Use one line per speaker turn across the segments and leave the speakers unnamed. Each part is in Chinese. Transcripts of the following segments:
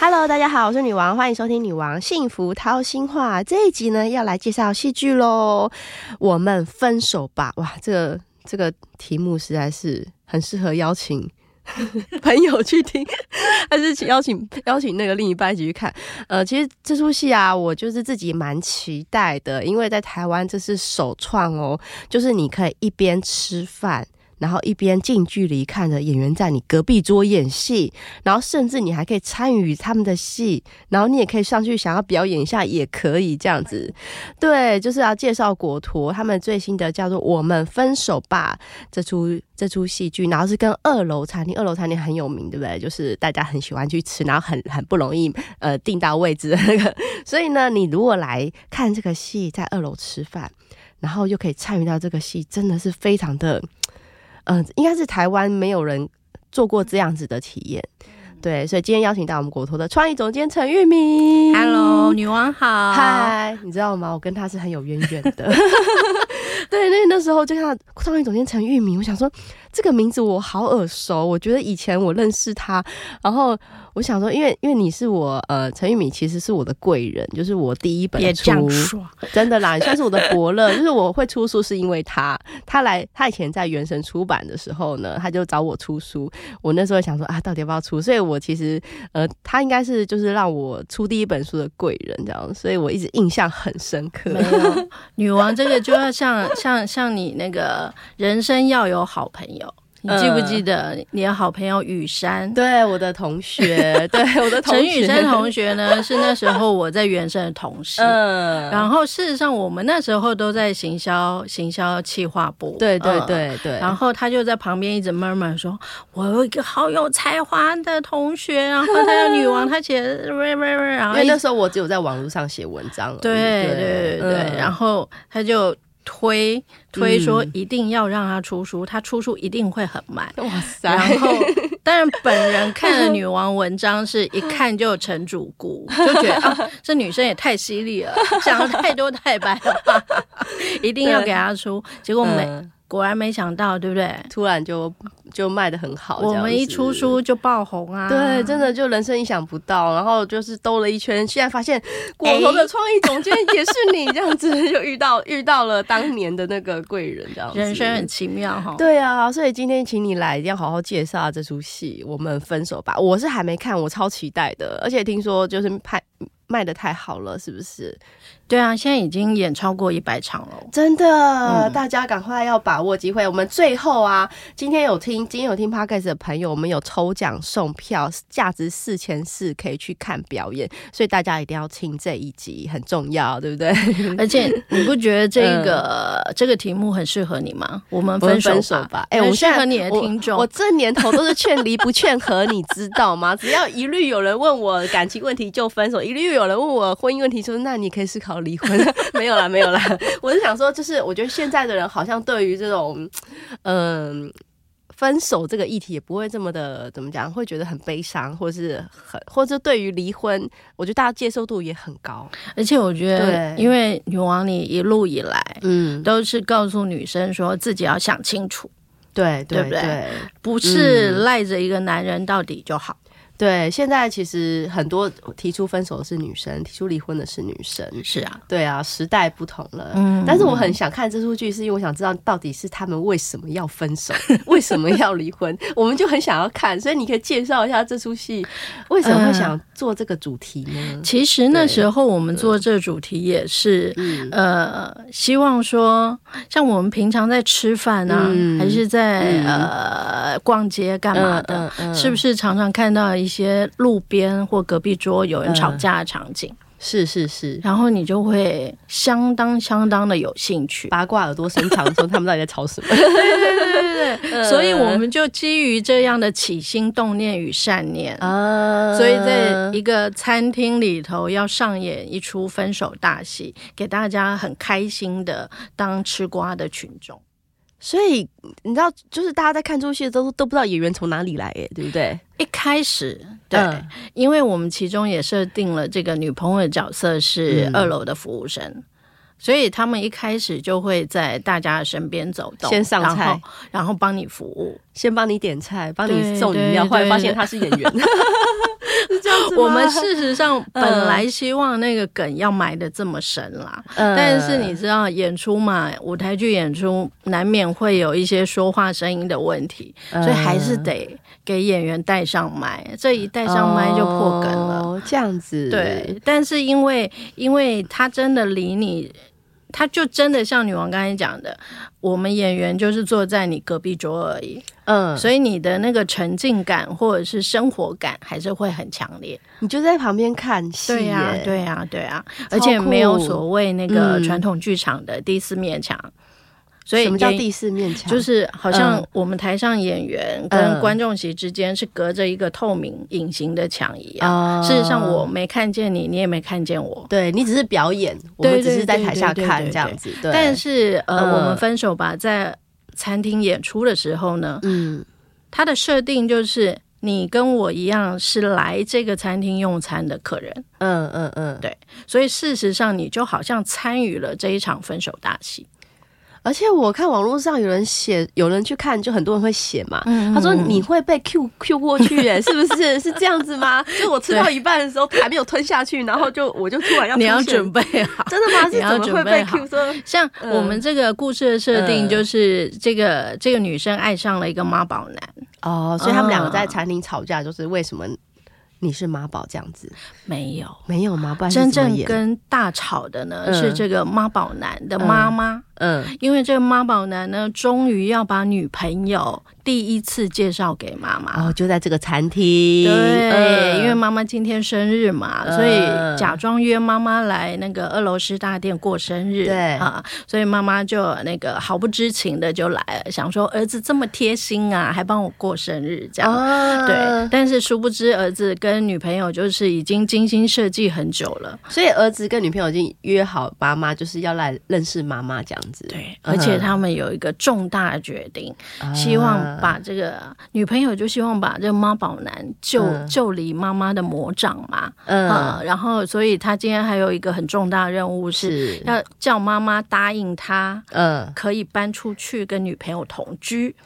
Hello，大家好，我是女王，欢迎收听《女王幸福掏心话》这一集呢，要来介绍戏剧喽。我们分手吧！哇，这个这个题目实在是很适合邀请 朋友去听， 还是请邀请邀请那个另一半一起去看。呃，其实这出戏啊，我就是自己蛮期待的，因为在台湾这是首创哦，就是你可以一边吃饭。然后一边近距离看着演员在你隔壁桌演戏，然后甚至你还可以参与他们的戏，然后你也可以上去想要表演一下，也可以这样子。对，就是要介绍果陀他们最新的叫做《我们分手吧》这出这出戏剧，然后是跟二楼餐厅，二楼餐厅很有名，对不对？就是大家很喜欢去吃，然后很很不容易呃订到位置的那个。所以呢，你如果来看这个戏，在二楼吃饭，然后又可以参与到这个戏，真的是非常的。嗯、应该是台湾没有人做过这样子的体验。对，所以今天邀请到我们果陀的创意总监陈玉明。
Hello，女王好。，
嗨，你知道吗？我跟他是很有渊源的。 对，那那时候就看到创意总监陈玉明，我想说这个名字我好耳熟，我觉得以前我认识他，然后我想说，因为因为你是我呃陈玉明其实是我的贵人，就是我第一本
别这样
书
说，
真的啦，你算是我的伯乐。 就是我会出书是因为他，他来，他以前在原神出版的时候呢，他就找我出书。我那时候想说啊，到底要不要出？所以我其实呃，他应该是就是让我出第一本书的贵人这样，所以我一直印象很深刻。
没 有女王这个就要像像像你那个人生要有好朋友，你记不记得你的好朋友雨山？
对我的同学，对我的同学
陈雨山 同学呢，是那时候我在原生的同 事。
嗯，
然后事实上，我们那时候都在行销行销企划部。
对对
嗯
对对，
然后他就在旁边一直 murmur 说：“我有一个好有才华的同学，然后他叫女王，他写 然
因
后
为
一直
那时候我只有在网络上写文章而已，
对对对对，然
后
后他就推推说
嗯
一定要让他出书，他出书一定会很 卖。
哇塞，
然后，当然本人看了女王文章是一看就成主顾，就觉得 啊，这女生也太犀利了，讲得太多太白了吧，一定要给她出。结果没、
嗯
果然没想到，对不对？
突然就就卖的很好，
我
这样
们一
子
出书就爆红啊！
对，真的就人生意想不到，然后就是兜了一圈，现在发现果头的创意总监也是你，这样子就遇到 遇到了当年的那个贵人，这样子
人生很奇妙哈。
对啊，所以今天请你来，一定要好好介绍这出戏。我们分手吧，我是还没看，我超期待的，而且听说就是拍卖的太好了，是不是？
对啊，现在已经演超过一百场了。
真的，
嗯
大家赶快要把握机会。我们最后啊，今天有听今天有听 podcast 的朋友，我们有抽奖送票，价值四千四，可以去看表演，所以大家一定要听这一集，很重要，对不对？
而且你不觉得这个、这个题目很适合你吗？我们分手
分手吧！哎、嗯我
很适
现在
合你的听众
我，我这年头都是劝离不劝 和，你知道吗？只要一律有人问我感情问题就分手，一律有人问我婚姻问题就那你可以思考离婚。 没有啦，没有啦，我是想说，就是我觉得现在的人好像对于这种，嗯、分手这个议题也不会这么的怎么讲，会觉得很悲伤，或是很，或者对于离婚，我觉得大家接受度也很高。
而且我觉得，
对
因为女王你一路以来
嗯，
都是告诉女生说自己要想清楚，
对
对
对
不对
对
不是
嗯
赖着一个男人到底就好。
对，现在其实很多提出分手的是女生，提出离婚的是女生。
是啊，
对啊，时代不同了。
嗯
但是我很想看这出剧，是因为我想知道到底是他们为什么要分手， 为什么要离婚，我们就很想要看。所以你可以介绍一下这出戏为什么
嗯
会想做这个主题呢？
其实那时候我们做这主题也是。
嗯
呃，希望说，像我们平常在吃饭啊，
嗯
还是在、
嗯
呃逛街干嘛的，
嗯嗯嗯
是不是常常看到一些路边或隔壁桌有
嗯
人吵架的场景，
是是是，
然后你就会相当相当的有兴趣。
八卦耳朵伸长，说他们到底在吵 什么？ 嗯
所以我们就基于这样的起心动念与善念，
啊
所以在一个餐厅里头要上演一出分手大戏，给大家很开心的当吃瓜的群众。
所以你知道，就是大家在看这出戏都都不知道演员从哪里来，哎，对不对？
一开始，对，
嗯
因为我们其中也设定了这个女朋友的角色是
嗯
二楼的服务生，所以他们一开始就会在大家的身边走动，
先上菜
然后，然后帮你服务。
先帮你点菜，帮
对
你送饮料，
对
后来发
对
现他是演 员，是这样子吗
我们事实上
嗯
本来希望那个梗要埋的这么深啦，
嗯
但是你知道演出嘛，舞台剧演出难免会有一些说话声音的问题，
呃
所以还是得给演员带上麦。这一带上麦就破梗了。
哦，这样子，
对，但是因为因为他真的离你，他就真的像女王刚才讲的，我们演员就是坐在你隔壁桌而已，
嗯，
所以你的那个沉浸感或者是生活感还是会很强烈。
你就在旁边看戏耶，
对呀、对呀、对呀、
酷
而且没有所谓那个
嗯
传统剧场的第四面墙，所以
什么叫
演
第四面墙？
就是好像
嗯
我们台上演员跟
嗯
观众席之间是隔着一个透明隐形的墙一样。
啊
事实上，我没看见你，你也没看见我。
对你只是表演，我
对
们
对
只是在
对
台
对
下
对
看
对
这样子，对，
但是呃，
嗯
我们分手吧，在餐厅演出的时候呢，
嗯，
它的设定就是你跟我一样是来这个餐厅用餐的客人，
嗯嗯嗯，
所以事实上你就好像参与了这一场分手大戏。
而且我看网络上有人写，有人去看，就很多人会写嘛。
嗯
他说你会被 Q Q 过去 耶，是不是？是这样子吗？就我吃到一半的时候还没有吞下去，然后就我就突然要
你要
出现
准备好。嗯
真的吗？是
你要
怎么会
准
被
备好
Q 说？
像我们这个故事的设定，
嗯
就是这个、这个女生爱上了一个妈宝男，
哦，所以他们两个在餐厅吵架，就是为什么你是妈宝这样子？
没有
没有吗？不然是
真
哎怎么
正
演
跟大吵的呢，
嗯
是这个妈宝男的妈妈。
嗯
因为这个妈宝男呢，终于要把女朋友第一次介绍给妈妈。
哦，就在这个餐厅，
对，
嗯
因为妈妈今天生日嘛，
嗯
所以假装约妈妈来那个二楼师大店过生日，
对
啊，所以妈妈就那个毫不知情的就来了，想说儿子这么贴心啊，还帮我过生日这样。
啊
对，，但是殊不知儿子跟女朋友就是已经精心设计很久了，
所以儿子跟女朋友已经约好妈妈，就是要来认识妈妈这样子。
对，
嗯
而且他们有一个重大的决定，
啊，
希望把这个女朋友就希望把这个妈宝男救、
嗯
救离妈妈的魔掌嘛，
嗯
嗯，然后所以他今天还有一个很重大的任务是
是
要叫妈妈答应他
嗯
可以搬出去跟女朋友同 居，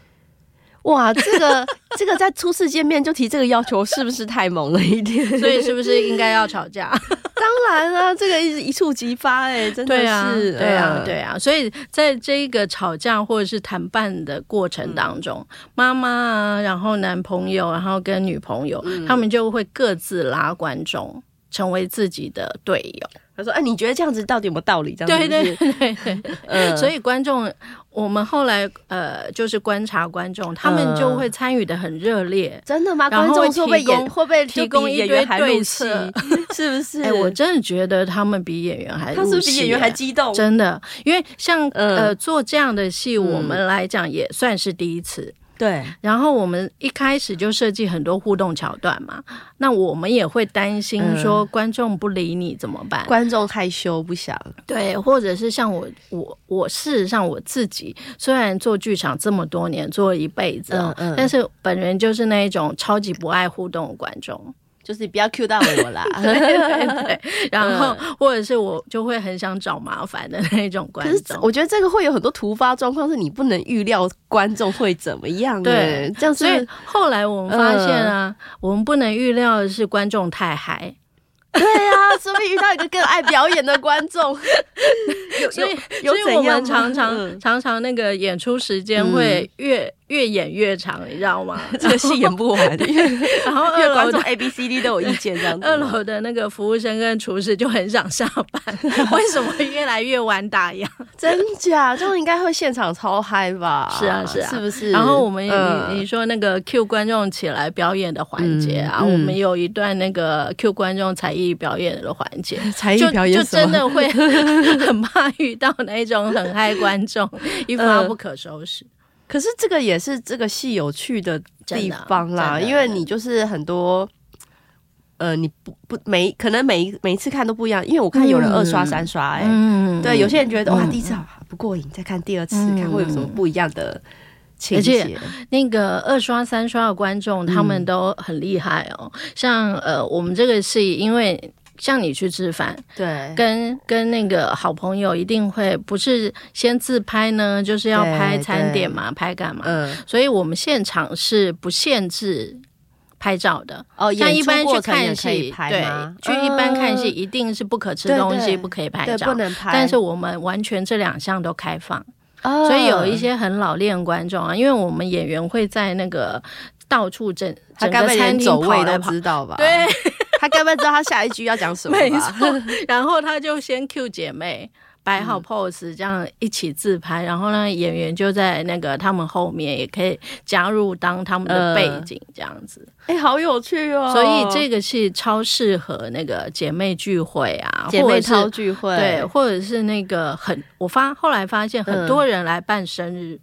哇，这个 这个在初次见面就提这个要求，是不是太猛了一点？
所以是不是应该要吵架？
当然啊，这个一一触即发哎、真的
对
是
啊， 对啊，
嗯
对啊，所以在这个吵架或者是谈判的过程当中，
嗯
妈妈啊，然后男朋友，然后跟女朋友，
嗯
他们就会各自拉观众。成为自己的队友，
他说：“哎、你觉得这样子到底有没有道理？”这样
对
子
对
是不是
对对，
嗯
所以观众，我们后来呃，就是观察观众，他们
嗯
就会参与的很热烈。
真的吗？
然
观
后
众
会
会不会演？会
提供
不会就
提供
比
一
演
堆
员还入
对
戏
策？
是不是？
哎、我真的觉得他们比演员还
他是不
入
是比
戏
演员还
耶
激动？
真的，因为像、
嗯
呃做这样的戏，我
嗯
们来讲也算是第一次。
对，
然后我们一开始就设计很多互动桥段嘛，那我们也会担心
嗯
说观众不理你怎么办？
观众害羞不想。
对，或者是像我我我事实上我自己虽然做剧场这么多年，做了一辈子、哦，
嗯嗯
但是本人就是那一种超级不爱互动的观 众，
就是不要 Q 到我 啦。嗯
然后、或者是我就会很想找麻烦的那一种 观
可是
众。
我觉得这个会有很多突发状况，是你不能预料观众会怎么样。
对
哎这样
所以
是嗯
后来我们发现啊，我们不能预料的是观众太嗨，
对啊，说不定遇到一个更爱表演的观 众。有
所以，
有
所以
有
我
怎样
们
吗
常常
嗯
常常那个演出时间会越、越演越长，你知 道吗？
这个戏演不完， 因为
然后
因
二
为观
楼
众
的
A B C D 都有意见这样子。
二楼的那个服务生跟厨师就很想下 班，为什么越来越晚打烊？
真假？这种应该会现场超嗨吧？
是啊是啊
是不是？
然后我们、
嗯
你你说那个 Q 观众起来表演的环节啊，
嗯嗯嗯
我们有一段那个 Q 观众才艺表演的环节，
才艺
就
表演
就
什么
真 的会很怕遇到那种很嗨观众，一发不可收拾。
可是这个也是这个戏有趣的地方啦，
真的真的啊
因为你就是很多，呃，你不不每可能每一每一次看都不一样，因为我看有人
嗯
二刷三刷、欸，哎、
嗯
对，有些人觉得、哇
嗯
第一次好不过瘾，再看第二次、
嗯
看会有什么不一样的情
而
节，
那个二刷、
嗯
三刷的观众，他们都很厉害哦。像呃，我们这个戏，因为像你去吃饭，
对，
跟跟那个好朋友一定会不是先自拍呢，就是要
对
拍餐
对
点嘛，拍干嘛？
嗯，
所以我们现场是不限制拍照的。
哦，
像
演
一
出
般
过
去
程也
看
可以
戏，
拍
对
吗，
去一般看戏
嗯
一定是不可吃
对
东
对
西，不可以拍
对，
照
不。能拍，
但是我们完全这两项都开放，
哦，
所以有一些很老练观众啊，因为我们演员会在那个到处整
他
整
该
个
不会
餐
连
厅
走
跑
位都
来跑，
知道吧？
对，
他该不会知道他下一句要讲什么吧？
没错。 然后他就先 Q 姐妹。摆
嗯
好 pose，这样一起自拍，然后呢，演员就在那个他们后面，也可以加入当他们的背景这样子。
哎、好有趣呃哦！
所以这个是超适合那个姐妹聚会啊，
姐
或
妹
者是
超聚会，
对，或者是那个很，我发后来发现
嗯
很多人来办生日，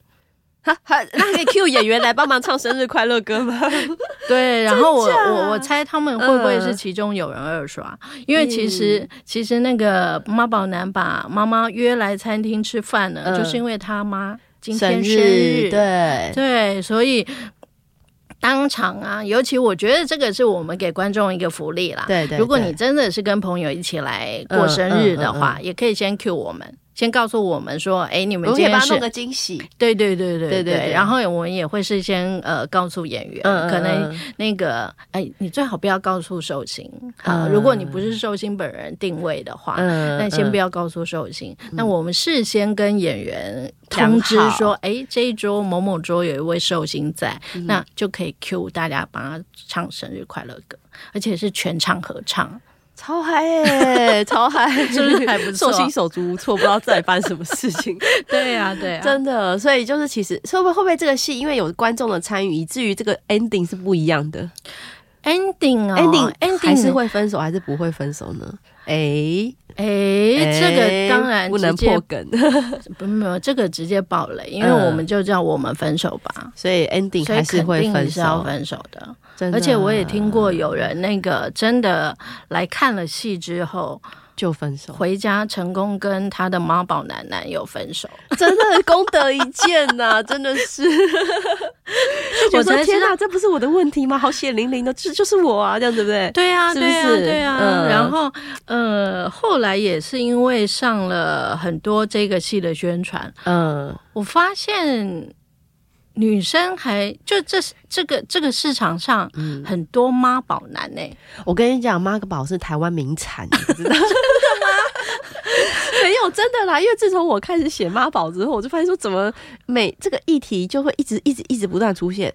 哈，哈那可以 Q 演员来帮忙唱生日快乐歌吗？
对，然后我
真假
我我猜他们会不会是
嗯
其中有人二刷？因为其实、其实那个妈宝男把妈妈约来餐厅吃饭呢，
嗯
就是因为他妈 今
生
天生日，
对，
对，所以。当场啊，尤其我觉得这个是我们给观众一个福利啦。
对对
如果
对
你真的是跟朋友一起来
嗯
过生日
嗯
的
嗯
话，也可以先 Q 我们，先告诉我们说，哎，你
我
们
们可
今
以
天
帮他
是
弄个惊喜。
对对对对
对对对嗯
然后我们也会事先呃告诉演员，可能那个哎，你最好不要告诉寿星啊、
嗯
如果你不是寿星本人定位的话。
嗯
那先不
要，
要告诉寿星，那我们事先跟演员通知
讲好
说，哎，这一桌某某桌有一位寿星在，
嗯
那就可以 Q 大家帮他唱生日快乐歌，而且是全场合唱。
超嗨 耶，超嗨，
是不是还不错
手心手足无措，不知道在办什么事情，
对
啊
呀、对呀、
真的。所以就是，其实会不会会不会这个戏因为有观众的参与，以至于这个 ending 是不一样的、
ending 哦
e n d i n g
ending
还是会分手，还是不会分手呢？哎、
哎，这个当然
不能
直接
破梗，
不没有这个直接爆雷，因为
嗯
我们就叫我们分手吧，
所以 ending
所
嗯
以
还是
肯
会
定
分
是要
手。
分手的。
真的啊
而且我也听过有人那个真的来看了戏之后，
就分手，
回家成功跟他的妈宝男男友分手，
真的功德一件呐、 真的是。
我
我
才
说
知
天啊
道。
哪，这不是我的问题吗？好血淋淋的，这就是我啊，这样对不对？
对啊，
是不
对啊，
是
对啊。
嗯
然后，呃，后来也是因为上了很多这个戏的宣传，
嗯，
我发现女生还就这这个这个市场上
嗯
很多妈宝男欸呢、
我跟你讲，妈个宝是台湾名产，你知道 真的吗？没有真的啦，因为自从我开始写妈宝之后，我就发现说，怎么每这个议题就会一直一直一直不断出现，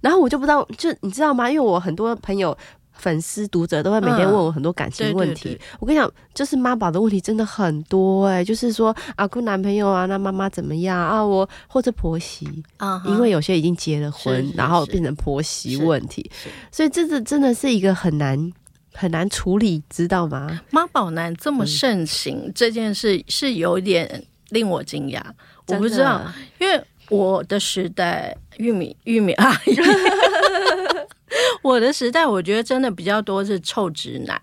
然后我就不知道，就你知道吗？因为我很多朋友、粉丝、读者都会每天
嗯
问我很多感
对
情
对
问题。
对
我跟你讲，就是妈宝的问题真的很多哎、就是说啊，跟男朋友啊，那妈妈怎么样啊？我或者婆媳，
啊哈
因为有些已经结了婚，
是是
然后
是
变成婆媳
是
问题，
是
所以这是真的是一个很难很难处理，知道吗？
妈宝男这
嗯
么盛行、这件事是有点令我惊讶，我不知道，因为我的时代，玉米玉米 阿姨，我的时代，我觉得真的比较多是臭直男，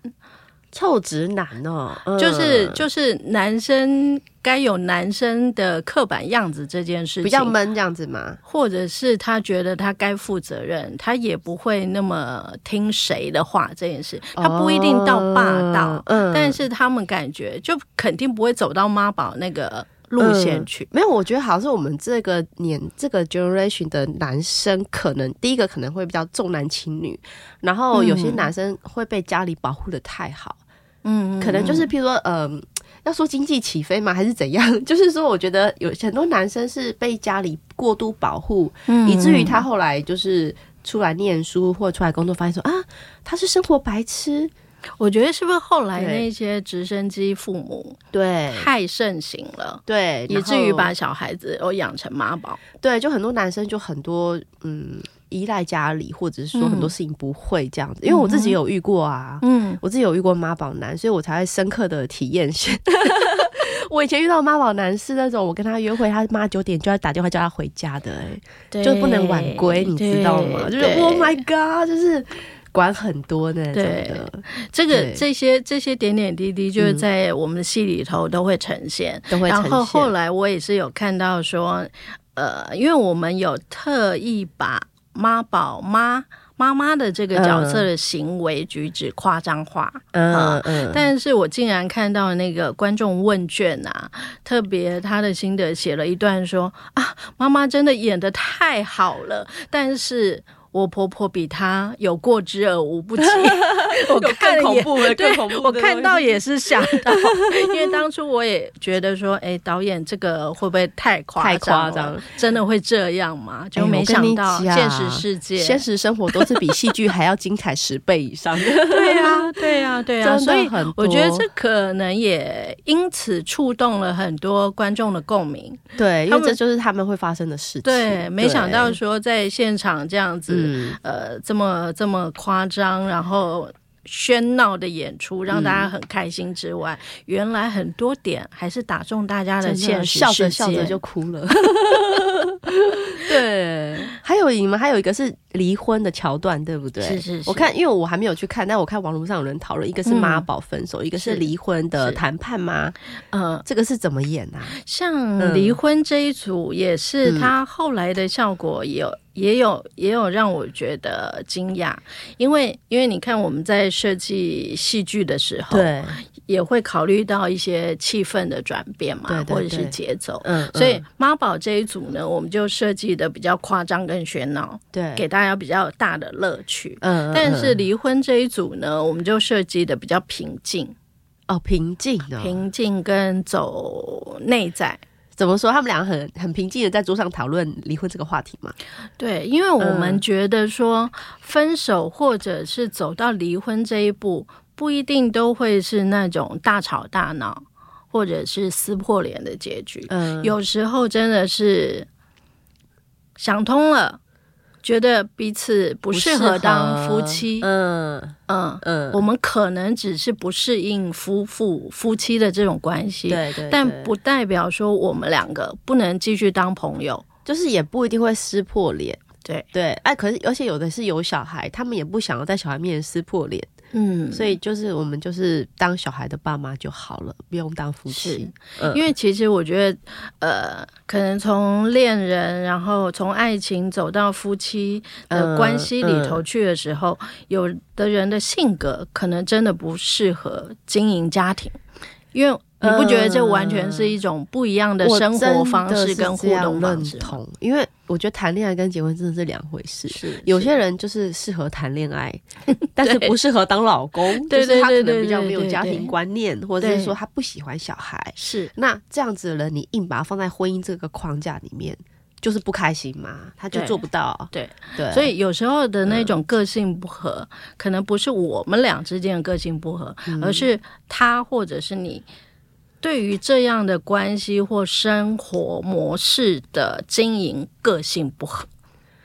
臭直男哦，嗯
就是就是男生该有男生的刻板样子这件事情，
比较闷这样子嘛。
或者是他觉得他该负责任，他也不会那么听谁的话这件事，他不一定到霸道，
哦嗯
但是他们感觉就肯定不会走到妈宝那个路线去。
嗯没有，我觉得好像是我们这个年这个 generation 的男生，可能第一个可能会比较重男轻女，然后有些
嗯
男生会被家里保护的太好，
嗯，嗯
可能就是譬如说，嗯、要说经济起飞吗，还是怎样？ 就是说，我觉得有很多男生是被家里过度保护，
嗯
以至于他后来就是出来念书或出来工作，发现说啊，他是生活白痴，
嗯我觉得是不是后来
对
那些直升机父母
对
太盛行了。
对，
以
然
至于
后
把小孩子都养成妈宝，
对，就很多男生就很多嗯依赖家里，或者是说
嗯
很多事情不会这样子，因为我自己有遇过啊，
嗯，
我自己有遇过妈宝男，所以我才会深刻的体验些。 我以前遇到妈宝男是那种，我跟他约会，他妈九点就要打电话叫他回家的、哎，
对
就不能晚归，你知道吗？就是 Oh my God，就是管很多那种的，
这个
对嗯
这些这些点点滴滴，就是在我们的戏里头都会呈现。
都会呈
然
现。
后后来我也是有看到说，呃，因为我们有特意把妈宝妈。妈妈的这个角色的行为举止夸张化。
嗯嗯，
但是我竟然看到那个观众问卷啊，特别他的心得写了一段说啊，妈妈真的演的太好了，但是我婆婆比她有过之而无不及。我
有
看
更恐
也
怖 的，更
对
恐怖的，
我看到也是想 到，因为当初我也觉得说，哎，导演这个会不会太夸
太
张
夸张
了？真的会这样吗？就
哎
没
我跟
想
你
到
讲
现实 世界，
现实生活都是比戏剧还要精彩十倍 以上的，
对啊，对啊，对啊，
真
所
的
以
很多。
我觉得这可能也因此触动了很多观众的共鸣。
对，因
他
为
们
这就是他们会发生的事情。
对，没想到
对
说在现场这样子，
嗯，
呃，这么这么夸张，然后。喧闹的演出让大家
嗯
很开心之外，原来很多点还是打中大家的
真
现
的
实
笑
世
着笑
界
着就哭了。
对，
还有你们还有一个是离婚的桥段，对不对？
是是是
我看，因为我还没有去看，但我看网络上有人讨论，一个是妈宝分手，一个是
是
离婚的
是
谈判吗？
呃，
这个是怎么演啊？
像离婚这一组也是，
嗯
它后来的效果也有、也有也有让我觉得惊讶，因为因为你看我们在设计戏剧的时候，
对，
也会考虑到一些气氛的转变嘛，
对对
或者是
对
节奏。
嗯，
所以
嗯
妈宝这一组呢，我们就设计的比较夸张跟喧闹，
对，
给大家比较大的乐趣。
哎嗯，嗯
但是
嗯
离婚这一组呢，我们就设计的比较平静，
哦平静的，
平静跟走内在。
怎么说？他们俩很很平静的在桌上讨论离婚这个话题嘛？
对，因为我
嗯
们觉得说分手或者是走到离婚这一步，不一定都会是那种大吵大闹，或者是撕破脸的结局。
嗯，
有时候真的是想通了，觉得彼此不适合当夫妻，
嗯
嗯，
嗯，
我们可能只是不适应夫妇夫妻的这种关系，
对对，
但
对
不代表说我们两个不能继续当朋友。
就是也不一定会撕破脸。
对，
对，哎，可是而且有的是有小孩，他们也不想要在小孩面前撕破脸，
嗯，
所以就是我们就是当小孩的爸妈就好了，不用当夫妻。嗯
因为其实我觉得，呃，可能从恋人，然后从爱情走到夫妻的关系
嗯
里头去的时候，有的人的性格可能真的不适合经营家庭，因为你不觉得这完全是一种不一样的
我
生活方
真的
式
是
跟
这
互
样
动
认
方式吗？
同，因为我觉得谈恋爱跟结婚真的是两回事。
是
有些人就是适合谈恋 爱，但是不适合当老公，
对
就是他可
对对
能
对
比较没有
对对
家
对
庭观念，或者是
对
说他不喜欢小孩。
是
那这样子的人，你硬把他放在婚姻这个框架里面，就是不开心嘛，他就
对
做不到。
对，
对，
所以有时候的那种个性不合，可能不是我们俩之间的个性不合，
嗯
而是他或者是你对于这样的关系或生活模式的经营个性不合，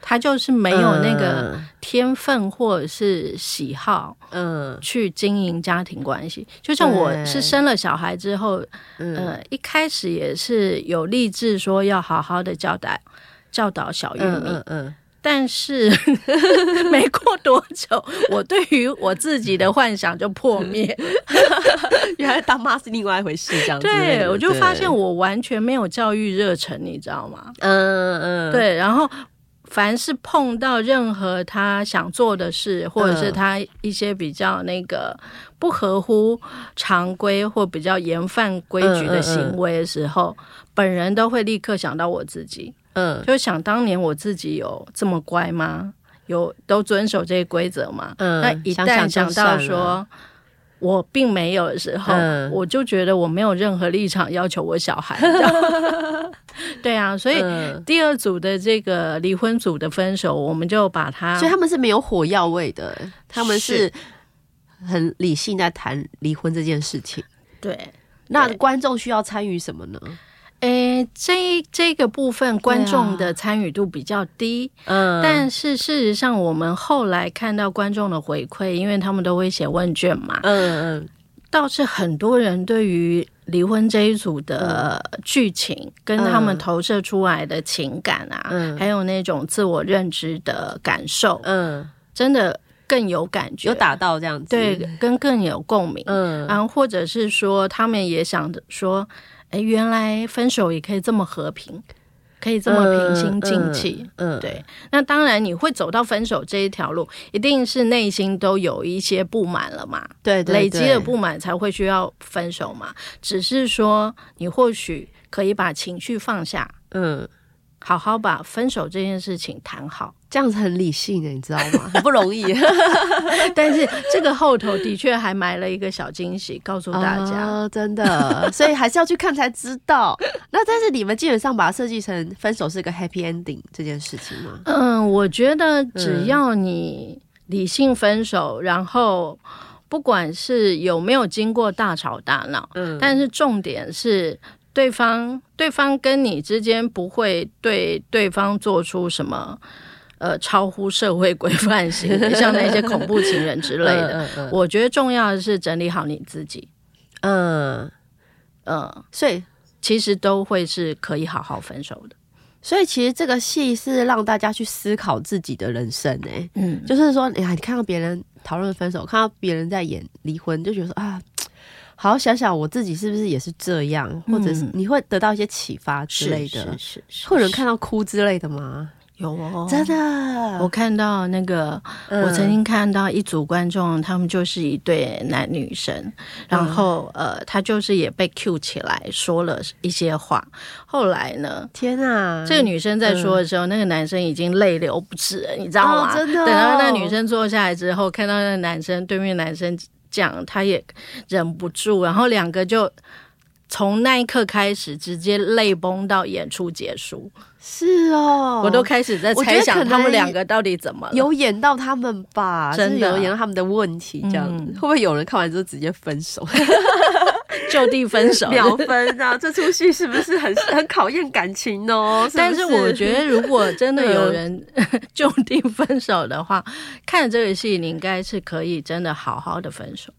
他就是没有那个天分或者是喜好
嗯，
去经营家庭关系。就像我
对
是生了小孩之后，
嗯嗯
呃，一开始也是有立志说要好好的教导教导小玉米。
嗯嗯嗯，
但是 没过多久，我对于我自己的幻想就破 灭。
原来当妈是另外一回事，这哦样之类
对，
的
我就发现
对
我完全没有教育热忱，你知道吗？
嗯嗯，
对，然后凡是碰到任何他想做的
嗯
事，或者是他一些比较那个不合乎常规或比较严犯规矩
嗯嗯
的
嗯
行为的时候，本人都会立刻想到我自己。
嗯
就想当年我自己有这么乖吗？有都遵守这些规则吗？
嗯
那一旦
想
想
想
到
就算
说
了
我并没有的时候，
嗯
我就觉得我没有任何立场要求我小孩。你知道吗 对啊，所以
嗯
第二组的这个离婚组的分手，我们就把它
所以他们是没有火药味的，他们是
是
很理性在谈离婚这件事情。
对。
那
对
观众需要参与什么呢？
诶，这这个部分观众
对啊
的参与度比较低，
嗯
但是事实上我们后来看到观众的回馈，因为他们都会写问卷嘛，
嗯嗯
倒是很多人对于离婚这一组的剧情，跟他们投射出来的情感啊，
嗯
还有那种自我认知的感受，
嗯，
真的更有感觉，
有打到这样子，
对，啊跟更有共鸣。
嗯
然后或者是说，他们也想着说，哎，原来分手也可以这么和平，可以这么平心静气。
嗯，嗯，
对，那当然你会走到分手这一条路，一定是内心都有一些不满了嘛，
对对，
累积
对
了不满才会需要分手嘛。只是说你或许可以把情绪放下，
嗯，
好好把分手这件事情谈好。
这样子很理性欸的，你知道吗？很不容易。
但是这个后头的确还埋了一个小惊喜，告诉大家。
哦、真的，所以还是要去看才知 道。那但是你们基本上把它设计成分手是个 happy ending 这件事情吗？
嗯，我觉得只
嗯
要你理性分手，然后不管是有没有经过大吵大闹，
嗯，
但是重点是对方对方跟你之间不会对对方做出什么呃超乎社会规范行为，像那些恐怖情人之类的。
嗯嗯
我觉得重要的是整理好你自己，
嗯，
嗯，
所以
其实都会是可以好好分手的，
所以其实这个戏是让大家去思考自己的人生诶、
嗯。
就是说，哎呀，你看到别人讨论分手，看到别人在演离婚，就觉得说啊，好好想想我自己是不是也是这样，或者是
嗯
你会得到一些启发之类的。
是是是，
会有人看到哭之类的吗？
有哦，
真的，
我看到那个，
嗯
我曾经看到一组观众，他们就是一对男女生，然后
嗯
呃，他就是也被 Q 起来说了一些话，后来呢？
天啊，
这个女生在说的时候，那个男生已经泪流不止了，你知道
哦
吗？
真的哦
等到那女生坐下来之后，看到那个男生对面男生这样，他也忍不住，然后两个就从那一刻开始直接泪崩到演出结束。
是哦，
我都开始在
我觉
猜
得可
想
能
他们两个到底怎么了。
有演到他们吧，
真的
就是有演到他们的问题，这样子、
嗯
会不会有人看完之后直接分 手，
就地分手。
秒分 啊？这出戏是不是很很考验感情哦？
但是我觉
得，
得，如果真的有人 就地分手的话，看这个戏，你应该是可以真的好好的分手。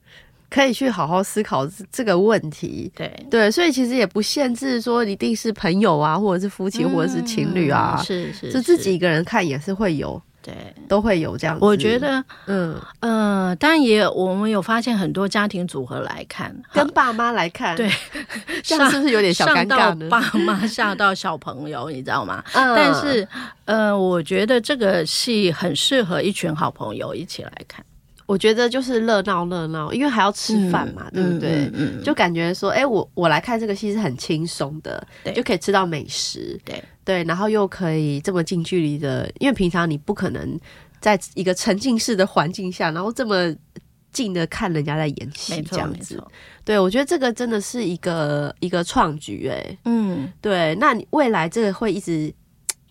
可以去好好思考这这个问题。
对，
对，所以其实也不限制说一定是朋友啊，或者是夫妻，或者是情侣啊
嗯，是是，
就是自己一个人看也是会有，
对。
都会有这样子。
我觉，得，
嗯，
呃，当然也有，我们有发现很多家庭组合来看，
跟爸妈来看，
对，
这样是
上
不是有点小尴
上到
尬呢？
爸妈，下到小朋友，你知道吗？
嗯
但是，呃，我觉得这个戏很适合一群好朋友一起来看，
我觉得就是热闹热闹，因为还要吃饭嘛，对不
嗯
对？
嗯嗯，嗯
就感觉说，哎、我我来看这个戏是很轻松的，
对
就可以吃到美食，
对
对，然后又可以这么近距离的，因为平常你不可能在一个沉浸式的环境下，然后这么近的看人家在演戏
没
这
错
样
没
子。
错，
对，我觉得这个真的是一个一个创举、哎，
嗯，
对，那你未来这个会一直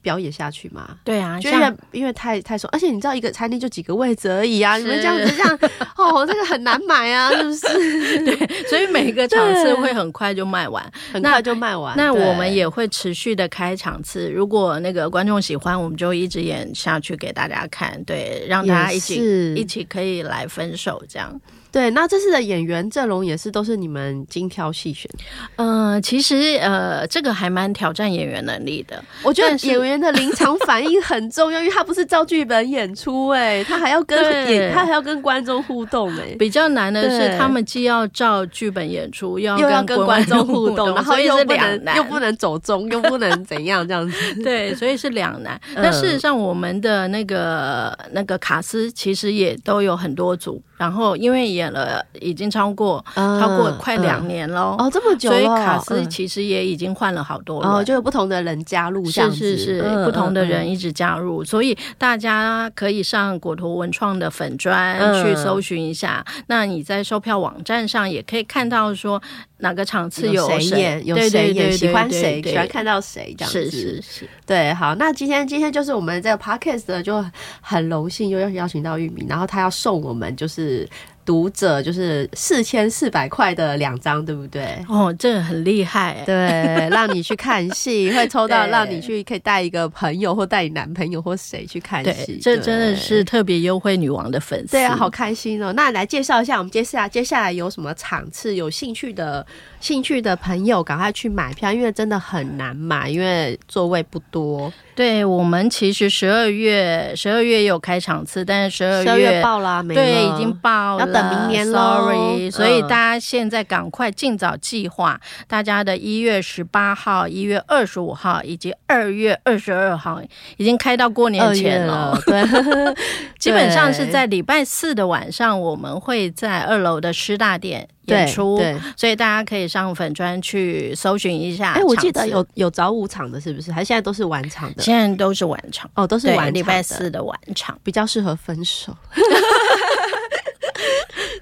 表演下去吗？
对啊，
就
像
因为因为太太松，而且你知道一个餐厅就几个位置而已啊，
是
你们这样子这样， 哦，这个很难买啊，是不是？
所以每个场次会 很快就卖完。啊
很快就卖完。
那
对
我们也会持续的开场次，如果那个观众喜欢，我们就一直演下去给大家看，对，让大家一
也
起
是
一起可以来分手这样。
对，那这次的演员阵容也是都是你们精挑细选，
嗯、其实呃，这个还蛮挑战演员能力的，
我觉得
但是
演员的临场反应很重要，因为他不是照剧本演出、 哎，他还要跟
对
演，他还要跟观众互动、 哎。
比较难的
对
是他们既要照剧本演出，又
又要
要
跟观 众互动，然后
所以
又
是
不
两
能
难，
又不能走中，又不能怎样这样子。
对，所以是两难。
嗯
那事实上，我们的那个那个卡斯其实也都有很多组，然后因为演了已经超过 超过快两
年、
年喽、
嗯哦，这么久了，
所以卡斯
嗯
其实也已经换了好多轮。
哦，就有不同的人加入这样子，
是是是，
嗯
不同的人
嗯
一直加入，所以大家可以上果陀文创的粉砖
嗯
去搜寻一下。那你在售票网站上也可以看到说哪个场次
嗯有谁演，有
对
谁
对对
演，喜
对
欢
对
谁，
对
喜欢看到谁这样子。
是是是，
对，好，那今天今天就是我们这个 podcast 的就很荣幸又要邀请到玉米，然后他要送我们就是读者就是四千四百块的两张，对不对？
哦，这个很厉害、欸。
对，让你去看戏， 会抽到
对
让你去可以带一个朋友或带你男朋友或谁去看戏
哎对，，这真的是特别优惠女王的粉丝。
对啊，好开心哦！那来介绍一下我们接下来接下来有什么场次，有兴趣的兴趣的朋友赶快去买票，因为真的很难买，因为座位不多。
对我们其实十二月十二月有开场次，但是十
十二
二月
月爆啦，没了
对已经爆
要
了，
等明年喽
Sorry，所以
嗯
大家现在赶快尽早计划，大家的一月十八号、一月二十五号以及二月二十二号已经开到过年
二月
前了
了。，对，
基本上是在礼拜四的晚上，我们会在二楼的师大店演
对
出，
对，
所以大家可以上粉专去搜寻一下。
哎，我记得。有有早午场的，是不是？还现在都是晚场的？
现在都是晚场，
哦，都是
对
晚场
礼拜
的
四的晚场。
比较适合分 手。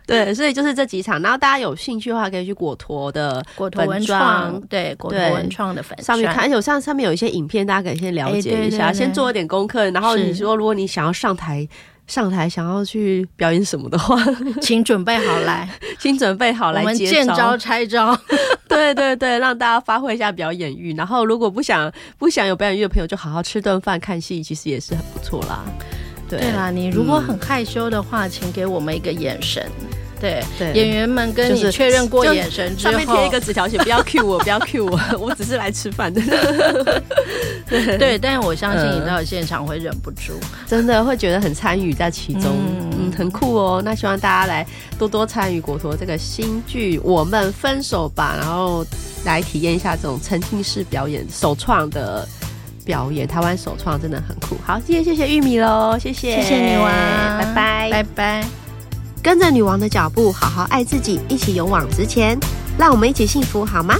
对，所以就是这几场，然后大家有兴趣的话，可以去果陀的
国图
本
文
庄
创对国图
对
文创的粉
上面
专
看，而且我上上面有一些影片，大家可以先了
哎
解
对
一下，
对对
先做一点功课。然后你
是
说，如果你想要上台，上台想要去表演什么的话，
请准备好来，
先准备 好
我
来
们
接
见
招
招。拆招。
对对对，让大家发挥一下表演欲。然后，如果不想不想有表演欲的朋友，就好好吃顿饭、看戏，其实也是很不错啦。对嗯
对啦，你如果很害羞的话，请给我们一个眼神。对，
对
演员们跟
就
你
是
确认过
就
眼神之
上
后，
面贴一个纸条写不要 cue 我，不 要 cue 我，我只是来吃饭的。
对，但我相信你
嗯
到了现场会忍不住。
真的会觉得很参与在其中，
嗯
嗯很酷哦。那希望大家来多多参与果陀这个新剧《我们分手吧》，然后来体验一下这种沉浸式表演首创的。表演台湾首创真的很酷，好，今天谢谢玉米喽，谢谢，
谢谢你啊哇，
拜拜，
拜拜。
跟着女王的脚步，好好爱自己，一起勇往直前。让我们一起幸福好吗？